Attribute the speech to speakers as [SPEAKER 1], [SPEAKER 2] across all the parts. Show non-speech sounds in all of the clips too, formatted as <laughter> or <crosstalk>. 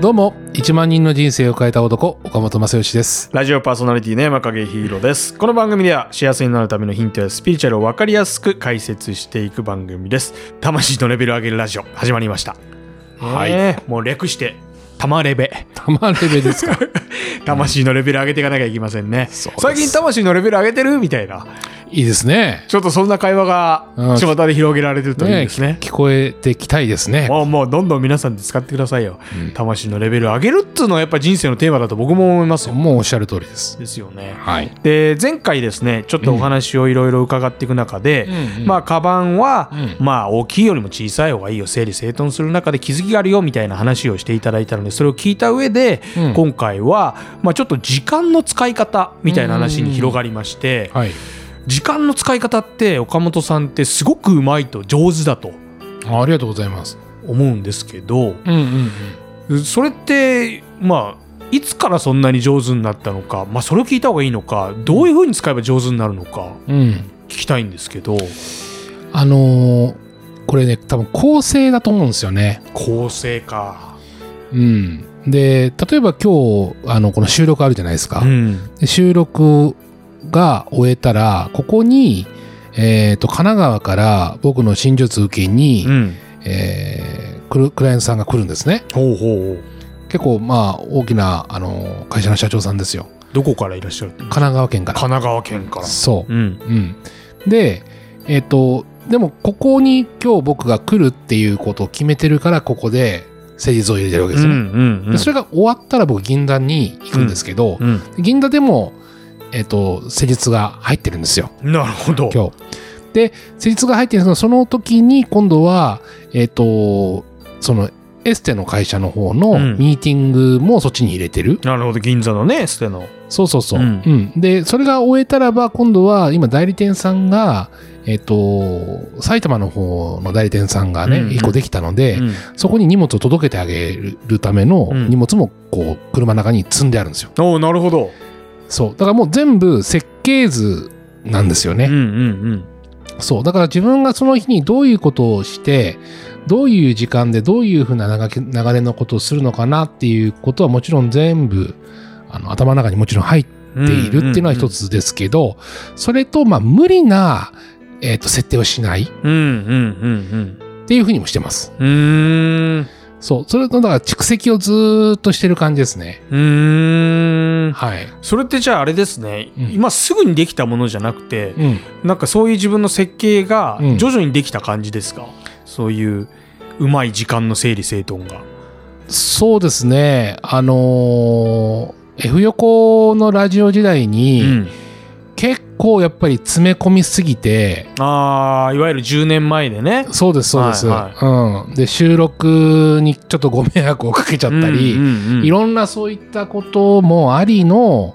[SPEAKER 1] どうも1万人の人生を変えた男岡本正義です
[SPEAKER 2] ラジオパーソナリティの山影ヒーローです。この番組では幸せになるためのヒントやスピリチュアルを分かりやすく解説していく番組です。魂のレベルを上げるラジオ始まりました。
[SPEAKER 1] はい
[SPEAKER 2] ねえもう略して、玉レベ。
[SPEAKER 1] 玉レベですか
[SPEAKER 2] 魂のレベル上げていかなきゃいけませんね。
[SPEAKER 1] そうです
[SPEAKER 2] 最近魂のレベル上げてるみたいな。
[SPEAKER 1] いいですね
[SPEAKER 2] ちょっとそんな会話
[SPEAKER 1] う
[SPEAKER 2] が
[SPEAKER 1] ん
[SPEAKER 2] 巷で広げられてるといいですね。
[SPEAKER 1] 聞こえてきたいですね
[SPEAKER 2] もうもうどんどん皆さんで使ってくださいよ。
[SPEAKER 1] うん
[SPEAKER 2] 魂のレベル上げるっていうのはやっぱ人生のテーマだと僕も思いますよ。
[SPEAKER 1] もうおっしゃる通りです
[SPEAKER 2] ですよね。
[SPEAKER 1] はい
[SPEAKER 2] で前回ですねちょっとお話をいろいろ伺っていく中で、
[SPEAKER 1] うんうん
[SPEAKER 2] まあカバンは、
[SPEAKER 1] うん
[SPEAKER 2] まあ大きいよりも小さい方がいいよ整理整頓する中で気づきがあるよみたいな話をしていただいたのでそれを聞いた上で、
[SPEAKER 1] うん
[SPEAKER 2] 今回は、まあ、ちょっと時間の使い方みたいな話に広がりまして、
[SPEAKER 1] はい
[SPEAKER 2] 時間の使い方って岡本さんってすごくうまいと上手だと
[SPEAKER 1] あありがとうございます
[SPEAKER 2] 思うんですけど
[SPEAKER 1] うんうんうん
[SPEAKER 2] それってまあいつからそんなに上手になったのか、まあ、それを聞いた方がいいのかどういうふうに使えば上手になるのか。
[SPEAKER 1] うん
[SPEAKER 2] 聞きたいんですけど
[SPEAKER 1] あのーこれね多分構成だと思うんですよね
[SPEAKER 2] 構成か
[SPEAKER 1] うんで例えば今日あのこの収録あるじゃないですか、
[SPEAKER 2] ん
[SPEAKER 1] で収録が終えたらここに、えー、と神奈川から僕の真術受けに、
[SPEAKER 2] うん
[SPEAKER 1] えー来るクライアントさんが来るんですね
[SPEAKER 2] ほうほう
[SPEAKER 1] 結構まあ大きなあの会社の社長さんですよ
[SPEAKER 2] どこからいらっしゃる
[SPEAKER 1] 神奈川県から
[SPEAKER 2] 神奈川県から
[SPEAKER 1] そう
[SPEAKER 2] うん
[SPEAKER 1] うんでえっ、とでもここに今日僕が来るっていうことを決めてるからここで施術を入れてるわけですよ、
[SPEAKER 2] ん
[SPEAKER 1] でそれが終わったら僕銀座に行くんですけど、
[SPEAKER 2] うん
[SPEAKER 1] 銀座でもえっ、と施術が入ってるんですよ
[SPEAKER 2] なるほど
[SPEAKER 1] 今日。で、施術が入ってるんですが、その時に今度は、えっ、と、そのエステの会社の方
[SPEAKER 2] う
[SPEAKER 1] の
[SPEAKER 2] ん
[SPEAKER 1] ミーティングもそっちに入れてる。
[SPEAKER 2] なるほど銀座のねステの
[SPEAKER 1] そうそうそう、う
[SPEAKER 2] うんん
[SPEAKER 1] で、それが終えたらば、今度は今代理店さんが、えっ、と、埼玉の方の代理店さんがね、
[SPEAKER 2] うん
[SPEAKER 1] 一個できたので、
[SPEAKER 2] うん
[SPEAKER 1] そこに荷物を届けてあげるための
[SPEAKER 2] うん
[SPEAKER 1] 荷物もこう車の中に積んであるんですよ。
[SPEAKER 2] おおなるほど
[SPEAKER 1] そう。だからもう全部設計図なんですよね。
[SPEAKER 2] うんうん
[SPEAKER 1] そう。だから自分がその日にどういうことをして、どういう時間でどういうふうな流け流れのことをするのかなっていうことはもちろん全部、あの、頭の中にもちろん入っ
[SPEAKER 2] うん
[SPEAKER 1] ているっていうのは一つですけど、それと、まあ、無理な、えっ、と、設定をしないっ
[SPEAKER 2] うんうんうん
[SPEAKER 1] ていうふうにもしてます。
[SPEAKER 2] うんうんう
[SPEAKER 1] そう。それと、だから蓄積をずーっとしてる感じですね。
[SPEAKER 2] ーんうーん
[SPEAKER 1] はい。
[SPEAKER 2] それってじゃああれですね、
[SPEAKER 1] うん
[SPEAKER 2] 今すぐにできたものじゃなくて、
[SPEAKER 1] うん。
[SPEAKER 2] なんかそういう自分の設計が
[SPEAKER 1] うん
[SPEAKER 2] 徐々にできた感じですか、そういううまい時間の整理整頓が。
[SPEAKER 1] そうですね。あのー F 横のラジオ時代に、
[SPEAKER 2] うん
[SPEAKER 1] 結構やっぱり詰め込みすぎて、
[SPEAKER 2] ああいわゆる10年前でね。
[SPEAKER 1] そうです、そうです。
[SPEAKER 2] は
[SPEAKER 1] うん。で、収録にちょっとご迷惑をかけちゃったり、
[SPEAKER 2] うんうんうん
[SPEAKER 1] いろんなそういったこともありの、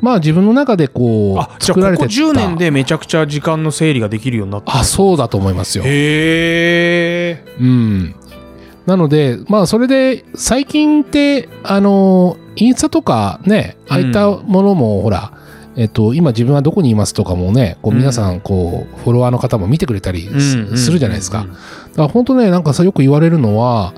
[SPEAKER 1] まあ自分の中でこ
[SPEAKER 2] あ
[SPEAKER 1] う、
[SPEAKER 2] じゃ
[SPEAKER 1] 作ら
[SPEAKER 2] あ
[SPEAKER 1] れ
[SPEAKER 2] ここ
[SPEAKER 1] てった。
[SPEAKER 2] 10年でめちゃくちゃ時間の整理ができるようになった。
[SPEAKER 1] あ、そうだと思いますよ。
[SPEAKER 2] へえ。
[SPEAKER 1] うん。なので、まあそれで、最近って、あの、インスタとかね、ああいったものも、ほら、えっと、今自分はどこにいますとかもね、こう
[SPEAKER 2] うん
[SPEAKER 1] 皆さん、こう、フォロワーの方も見てくれたりす,、
[SPEAKER 2] うんうん
[SPEAKER 1] るじゃないですか。。だから本当ね、なんかさ、よく言われるのは、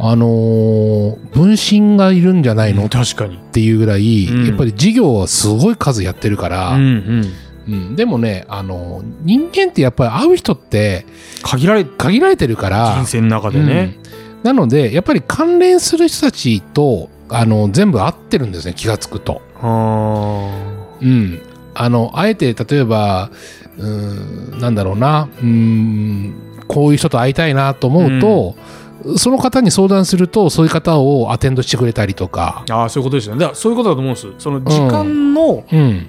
[SPEAKER 1] あのー分身がいるんじゃないのっ
[SPEAKER 2] 確かに。
[SPEAKER 1] ていうぐらい、
[SPEAKER 2] うん
[SPEAKER 1] やっぱり事業はすごい数やってるから、
[SPEAKER 2] うんうん。
[SPEAKER 1] うんでもね、あのー人間ってやっぱり会う人って
[SPEAKER 2] 限られた
[SPEAKER 1] 限られてるから
[SPEAKER 2] 人、生の中でね。
[SPEAKER 1] うんなので、やっぱり関連する人たちと、あの、全部合ってるんですね、気がつくと。
[SPEAKER 2] あ
[SPEAKER 1] うん。あの、あえて、例えば、うーん、なんだろうな、うーん、こういう人と会いたいなと思うと、その方に相談すると、そういう方をアテンドしてくれたりとか、
[SPEAKER 2] ーあーそういうことですよね。だからそういうことだと思うんです。その時間の
[SPEAKER 1] うん、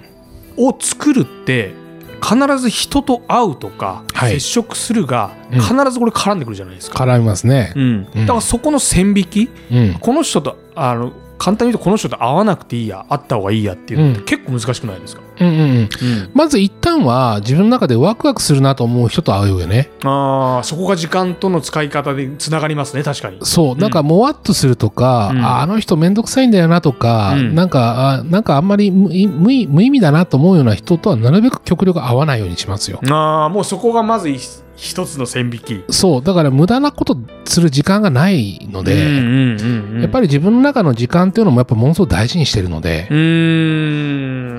[SPEAKER 2] を作るって必ず人と会うとか、
[SPEAKER 1] はい
[SPEAKER 2] 接触するが
[SPEAKER 1] うん
[SPEAKER 2] 必ずこれ絡んでくるじゃないですか。
[SPEAKER 1] 絡みますね。
[SPEAKER 2] うん、だからそこの線引き、
[SPEAKER 1] うん。
[SPEAKER 2] この人とあの簡単に言うとこの人と会わなくていいや会った方がいいやっていうのって結構難しくないですか、
[SPEAKER 1] うんうんうん。
[SPEAKER 2] うん、
[SPEAKER 1] まず一旦は自分の中でワクワクするなと思う人と会うよね。
[SPEAKER 2] あーそこが時間との使い方でつながりますね確かに
[SPEAKER 1] そう、なんかもわっとするとか、
[SPEAKER 2] うん
[SPEAKER 1] ああの人めんどくさいんだよなとか、
[SPEAKER 2] うん
[SPEAKER 1] なんか、あなんかあんまり無意無意無意味だなと思うような人とはなるべく極力会わないようにしますよ。
[SPEAKER 2] ああもうそこがまず一一つの線引き
[SPEAKER 1] そう、だから無駄なことする時間がないので、
[SPEAKER 2] うんうんうん、
[SPEAKER 1] やっぱり自分の中の時間っていうのもやっぱものすごく大事にしてるので、
[SPEAKER 2] うー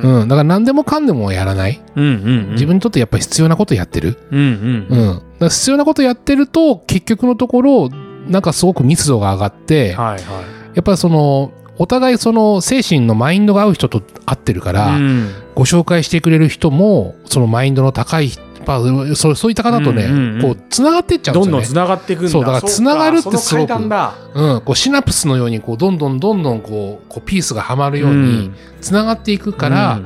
[SPEAKER 2] ん
[SPEAKER 1] うん、だから何でもかんでもやらない。
[SPEAKER 2] うんうん
[SPEAKER 1] 自分にとってやっぱ必要なことやってる。
[SPEAKER 2] うんうん
[SPEAKER 1] うん。だから必要なことやってると、結局のところ、なんかすごく密度が上がって、や
[SPEAKER 2] はいはい
[SPEAKER 1] っぱりその、お互いその精神のマインドが合う人と合ってるから、
[SPEAKER 2] うん
[SPEAKER 1] ご紹介してくれる人も、そのマインドの高い人、まあ、そうそういった方とね、
[SPEAKER 2] うんうんうん
[SPEAKER 1] こう、つながっていっちゃうんで
[SPEAKER 2] ど
[SPEAKER 1] すよ
[SPEAKER 2] んどん
[SPEAKER 1] ね。
[SPEAKER 2] つながっていくんだ
[SPEAKER 1] そうだから繋がるってすごく
[SPEAKER 2] そうかその階段だ
[SPEAKER 1] うん、こうシナプスのようにこうどんどんどんどんこうこうピースがはまるようにつながっていくから、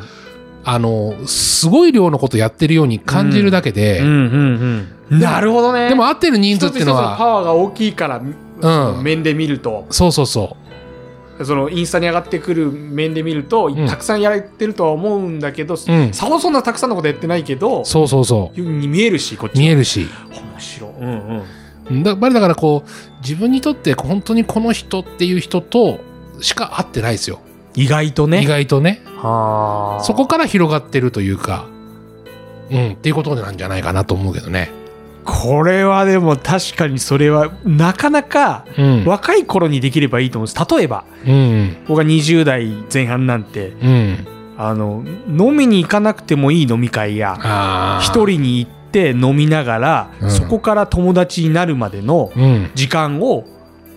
[SPEAKER 1] あのすごい量のことやってるように感じるだけで、
[SPEAKER 2] うんうんうんうんなるほどね
[SPEAKER 1] でも合ってる人
[SPEAKER 2] 一
[SPEAKER 1] 数
[SPEAKER 2] つ
[SPEAKER 1] って
[SPEAKER 2] 一
[SPEAKER 1] い
[SPEAKER 2] つ
[SPEAKER 1] うの
[SPEAKER 2] の
[SPEAKER 1] は
[SPEAKER 2] パワーが大きいから、その面で見ると
[SPEAKER 1] そうそうそう
[SPEAKER 2] そのインスタに上がってくる面で見ると、
[SPEAKER 1] ん
[SPEAKER 2] たくさんやれてるとは思うんだけど、
[SPEAKER 1] うん
[SPEAKER 2] さほどそんなたくさんのことやってないけど
[SPEAKER 1] そうそうそう
[SPEAKER 2] に見えるしこっち
[SPEAKER 1] 見え
[SPEAKER 2] る
[SPEAKER 1] るし
[SPEAKER 2] 面白い、うんうん、
[SPEAKER 1] だやっぱりだからこう自分にとって本当にこの人っていう人としか合ってないですよ、
[SPEAKER 2] 意外と
[SPEAKER 1] 意
[SPEAKER 2] ね
[SPEAKER 1] 外とね
[SPEAKER 2] はあ
[SPEAKER 1] そこから広がってるというかうんっていうことなんじゃないかなと思うけどね
[SPEAKER 2] これはでも確かにそれはなかなか
[SPEAKER 1] うん
[SPEAKER 2] 若い頃にできればいいと思うんです例えば
[SPEAKER 1] うん
[SPEAKER 2] 僕が20代前半なんて
[SPEAKER 1] うん
[SPEAKER 2] あの飲みに行かなくてもいい飲み会や
[SPEAKER 1] ああ
[SPEAKER 2] 一人に行って飲みながら、
[SPEAKER 1] うん
[SPEAKER 2] そこから友達になるまでの
[SPEAKER 1] うん
[SPEAKER 2] 時間を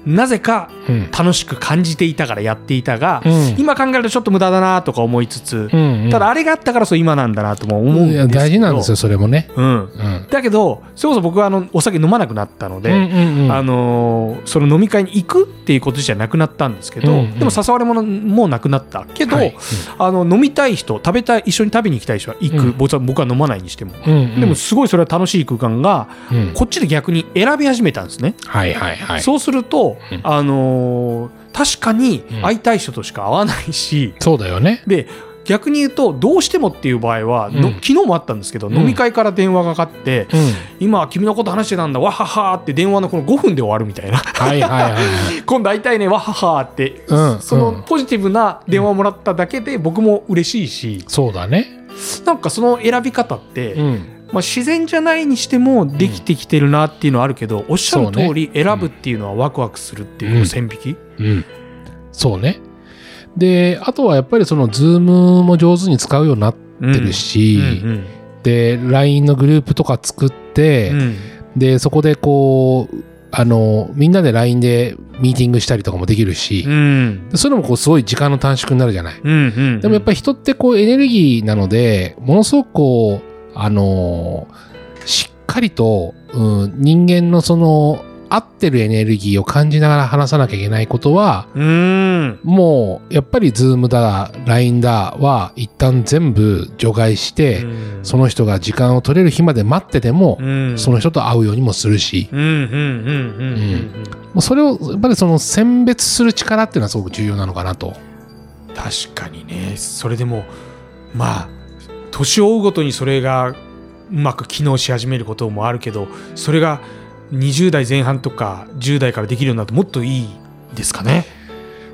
[SPEAKER 2] なぜか
[SPEAKER 1] うん
[SPEAKER 2] 楽しく感じていたからやっていたが、
[SPEAKER 1] うん
[SPEAKER 2] 今考えるとちょっと無駄だなとか思いつつ、
[SPEAKER 1] うんうん
[SPEAKER 2] ただあれがあったからそう今なんだなとも思うん
[SPEAKER 1] い
[SPEAKER 2] です
[SPEAKER 1] や
[SPEAKER 2] けど
[SPEAKER 1] 大事なんですよ、それもね。
[SPEAKER 2] うん、
[SPEAKER 1] うん。
[SPEAKER 2] だけどそれこそ僕はあのお酒飲まなくなったので、
[SPEAKER 1] うんうんうん
[SPEAKER 2] あのーその飲み会に行くっていうことじゃなくなったんですけど、
[SPEAKER 1] うんうん
[SPEAKER 2] でも誘われ物もうなくなったけど、
[SPEAKER 1] はい
[SPEAKER 2] あの飲みたい人食べたい一緒に食べに行きたい人は行く、
[SPEAKER 1] うん
[SPEAKER 2] 僕は僕は飲まないにしても、
[SPEAKER 1] うんうん
[SPEAKER 2] でも、すごいそれは楽しい空間が
[SPEAKER 1] うん
[SPEAKER 2] こっちで逆に選び始めたんですね、
[SPEAKER 1] はいはいはい。そ
[SPEAKER 2] そうすると、
[SPEAKER 1] うん
[SPEAKER 2] あのー確かに
[SPEAKER 1] うん
[SPEAKER 2] 会いたい人としか会わないし、
[SPEAKER 1] うだよね。
[SPEAKER 2] で逆に言うとどうしてもっていう場合は、の
[SPEAKER 1] うん
[SPEAKER 2] 昨日もあったんですけど、飲み会から電話がかかって、
[SPEAKER 1] うん。
[SPEAKER 2] 今君のこと話してたんだわははーって電話のこの5分で終わるみたいな <laughs>
[SPEAKER 1] はいはいはいはい。
[SPEAKER 2] 今度会いたいねわははーって、
[SPEAKER 1] うん
[SPEAKER 2] そ
[SPEAKER 1] うん
[SPEAKER 2] のポジティブな電話をもらっただけで僕も嬉しいし、
[SPEAKER 1] そうだね。
[SPEAKER 2] なんかその選び方って、
[SPEAKER 1] うん。
[SPEAKER 2] まあ、自然じゃないにしてもできてきてるなっていうのはあるけど、おっしゃる通り選ぶっていうのはワクワクするっていう線引き、
[SPEAKER 1] うん。そうね。で、あとはやっぱりその、ズームも上手に使うようになっ
[SPEAKER 2] うん
[SPEAKER 1] てるし、
[SPEAKER 2] うんうん
[SPEAKER 1] で、LINE のグループとか作って、
[SPEAKER 2] うん
[SPEAKER 1] で、そこでこう、あの、みんなで LINE でミーティングしたりとかもできるし、
[SPEAKER 2] うん
[SPEAKER 1] でそういうのもこう、すごい時間の短縮になるじゃない。
[SPEAKER 2] うんうん
[SPEAKER 1] でもやっぱり人ってこうエネルギーなので、ものすごくこう、あのーしっかりと、うん、人間のその、合ってるエネルギーを感じながら話さなきゃいけないことは、
[SPEAKER 2] うん
[SPEAKER 1] もう、やっぱりズームだ、LINE だは、一旦全部除外して、
[SPEAKER 2] うん
[SPEAKER 1] その人が時間を取れる日まで待ってても、
[SPEAKER 2] うん
[SPEAKER 1] その人と会うようにもするし、
[SPEAKER 2] うんうんうんうんうん
[SPEAKER 1] もうそれを、やっぱりその選別する力っていうのはすごく重要なのかなと。
[SPEAKER 2] 確かにねそれでもまあ年を追うごとにそれがうまく機能し始めることもあるけどそれが20代前半とか10代からできるようになるともっといいですかね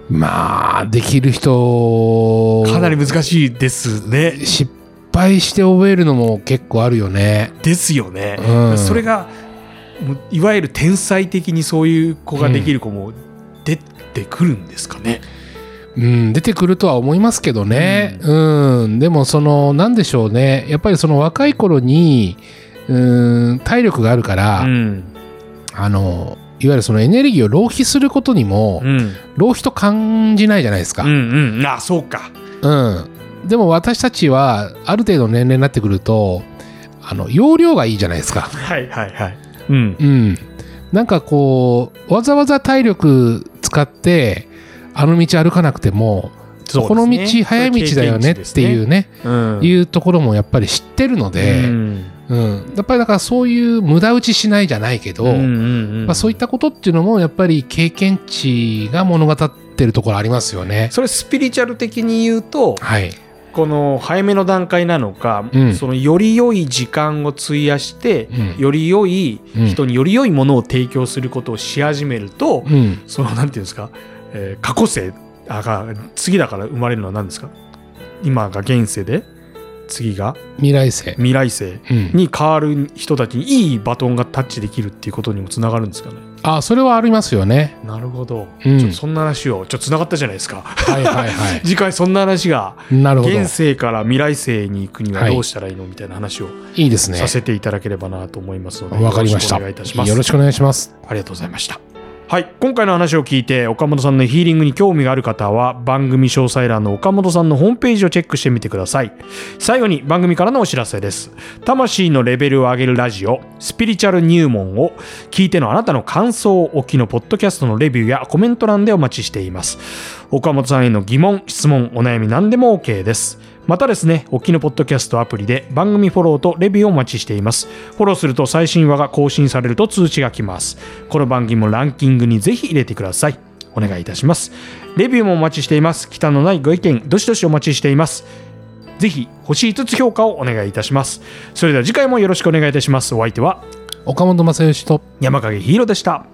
[SPEAKER 1] まあ、できる人、
[SPEAKER 2] かなり難しいですね
[SPEAKER 1] 失敗して覚えるのも結構あるよね。
[SPEAKER 2] ですよね、
[SPEAKER 1] うん
[SPEAKER 2] それがもういわゆる天才的にそういう子ができる子も出てくるんですかね、
[SPEAKER 1] うん、出てくるとは思いますけどね。
[SPEAKER 2] う
[SPEAKER 1] うん、でもその、なんでしょうね。やっぱりその若い頃に、うん、体力があるから、
[SPEAKER 2] うん
[SPEAKER 1] あの、いわゆるそのエネルギーを浪費することにも
[SPEAKER 2] う、ん
[SPEAKER 1] 浪費と感じないじゃないですか
[SPEAKER 2] う。んうんあそうか
[SPEAKER 1] うん。でも私たちは、ある程度の年齢になってくると、あの、容量がいいじゃないですか。
[SPEAKER 2] はいはいはいうん
[SPEAKER 1] うん。なんかこう、わざわざ体力使って、あの道歩かなくても、
[SPEAKER 2] そうですね
[SPEAKER 1] この道早い道だよねっていうね、
[SPEAKER 2] うん
[SPEAKER 1] いうところもやっぱり知ってるの
[SPEAKER 2] う
[SPEAKER 1] で、
[SPEAKER 2] ん
[SPEAKER 1] うん。やっぱりだからそういう無駄打ちしないじゃないけど、
[SPEAKER 2] うんうんうん
[SPEAKER 1] まあそういったことっていうのもやっぱり経験値が物語ってるところありますよね。
[SPEAKER 2] それスピリチュアル的に言うと
[SPEAKER 1] はい。
[SPEAKER 2] この早めの段階なのか、
[SPEAKER 1] うん
[SPEAKER 2] そのより良い時間を費やして、
[SPEAKER 1] うん
[SPEAKER 2] より良い
[SPEAKER 1] うん
[SPEAKER 2] 人により良いものを提供することをし始めると、
[SPEAKER 1] うん、
[SPEAKER 2] そのなんていうんですか、えー過去世あが次だから生まれるのは何ですか今が現世で次が
[SPEAKER 1] 未来性、
[SPEAKER 2] 未来世
[SPEAKER 1] うん、
[SPEAKER 2] に変わる人たちにいいバトンがタッチできるっていうことにもつながるんですかね。
[SPEAKER 1] あそれはありますよね
[SPEAKER 2] なるほど、
[SPEAKER 1] うん
[SPEAKER 2] ちょっとそんな話をちょっとつながったじゃないですか。
[SPEAKER 1] はいはいは
[SPEAKER 2] 次回そんな話が <laughs>
[SPEAKER 1] いなるほど
[SPEAKER 2] 現世から未来世に行くには
[SPEAKER 1] はい
[SPEAKER 2] どうしたらいいのみたいな話を
[SPEAKER 1] いいですね
[SPEAKER 2] させていただければなと思いますので、
[SPEAKER 1] わかりました
[SPEAKER 2] よろしくお願いいたします。
[SPEAKER 1] よろしくお願いします
[SPEAKER 2] ありがとうございました。はい、今回の話を聞いて岡本さんのヒーリングに興味がある方は番組詳細欄の岡本さんのホームページをチェックしてみてください最後に番組からのお知らせです魂のレベルを上げるラジオスピリチュアル入門を聞いてのあなたの感想をお聞きのポッドキャストのレビューやコメント欄でお待ちしています岡本さんへの疑問質問お悩み何でも OK ですまたですね、おっきのポッドキャストアプリで番組フォローとレビューをお待ちしています。フォローすると最新話が更新されると通知が来ます。この番組もランキングにぜひ入れてください。お願いいたします。レビューもお待ちしています。忌憚のないご意見、どしどしお待ちしています。ぜひ、星5つ評価をお願いいたします。それでは次回もよろしくお願いいたします。お相手は
[SPEAKER 1] 岡本正義と
[SPEAKER 2] 山影ヒーローでした。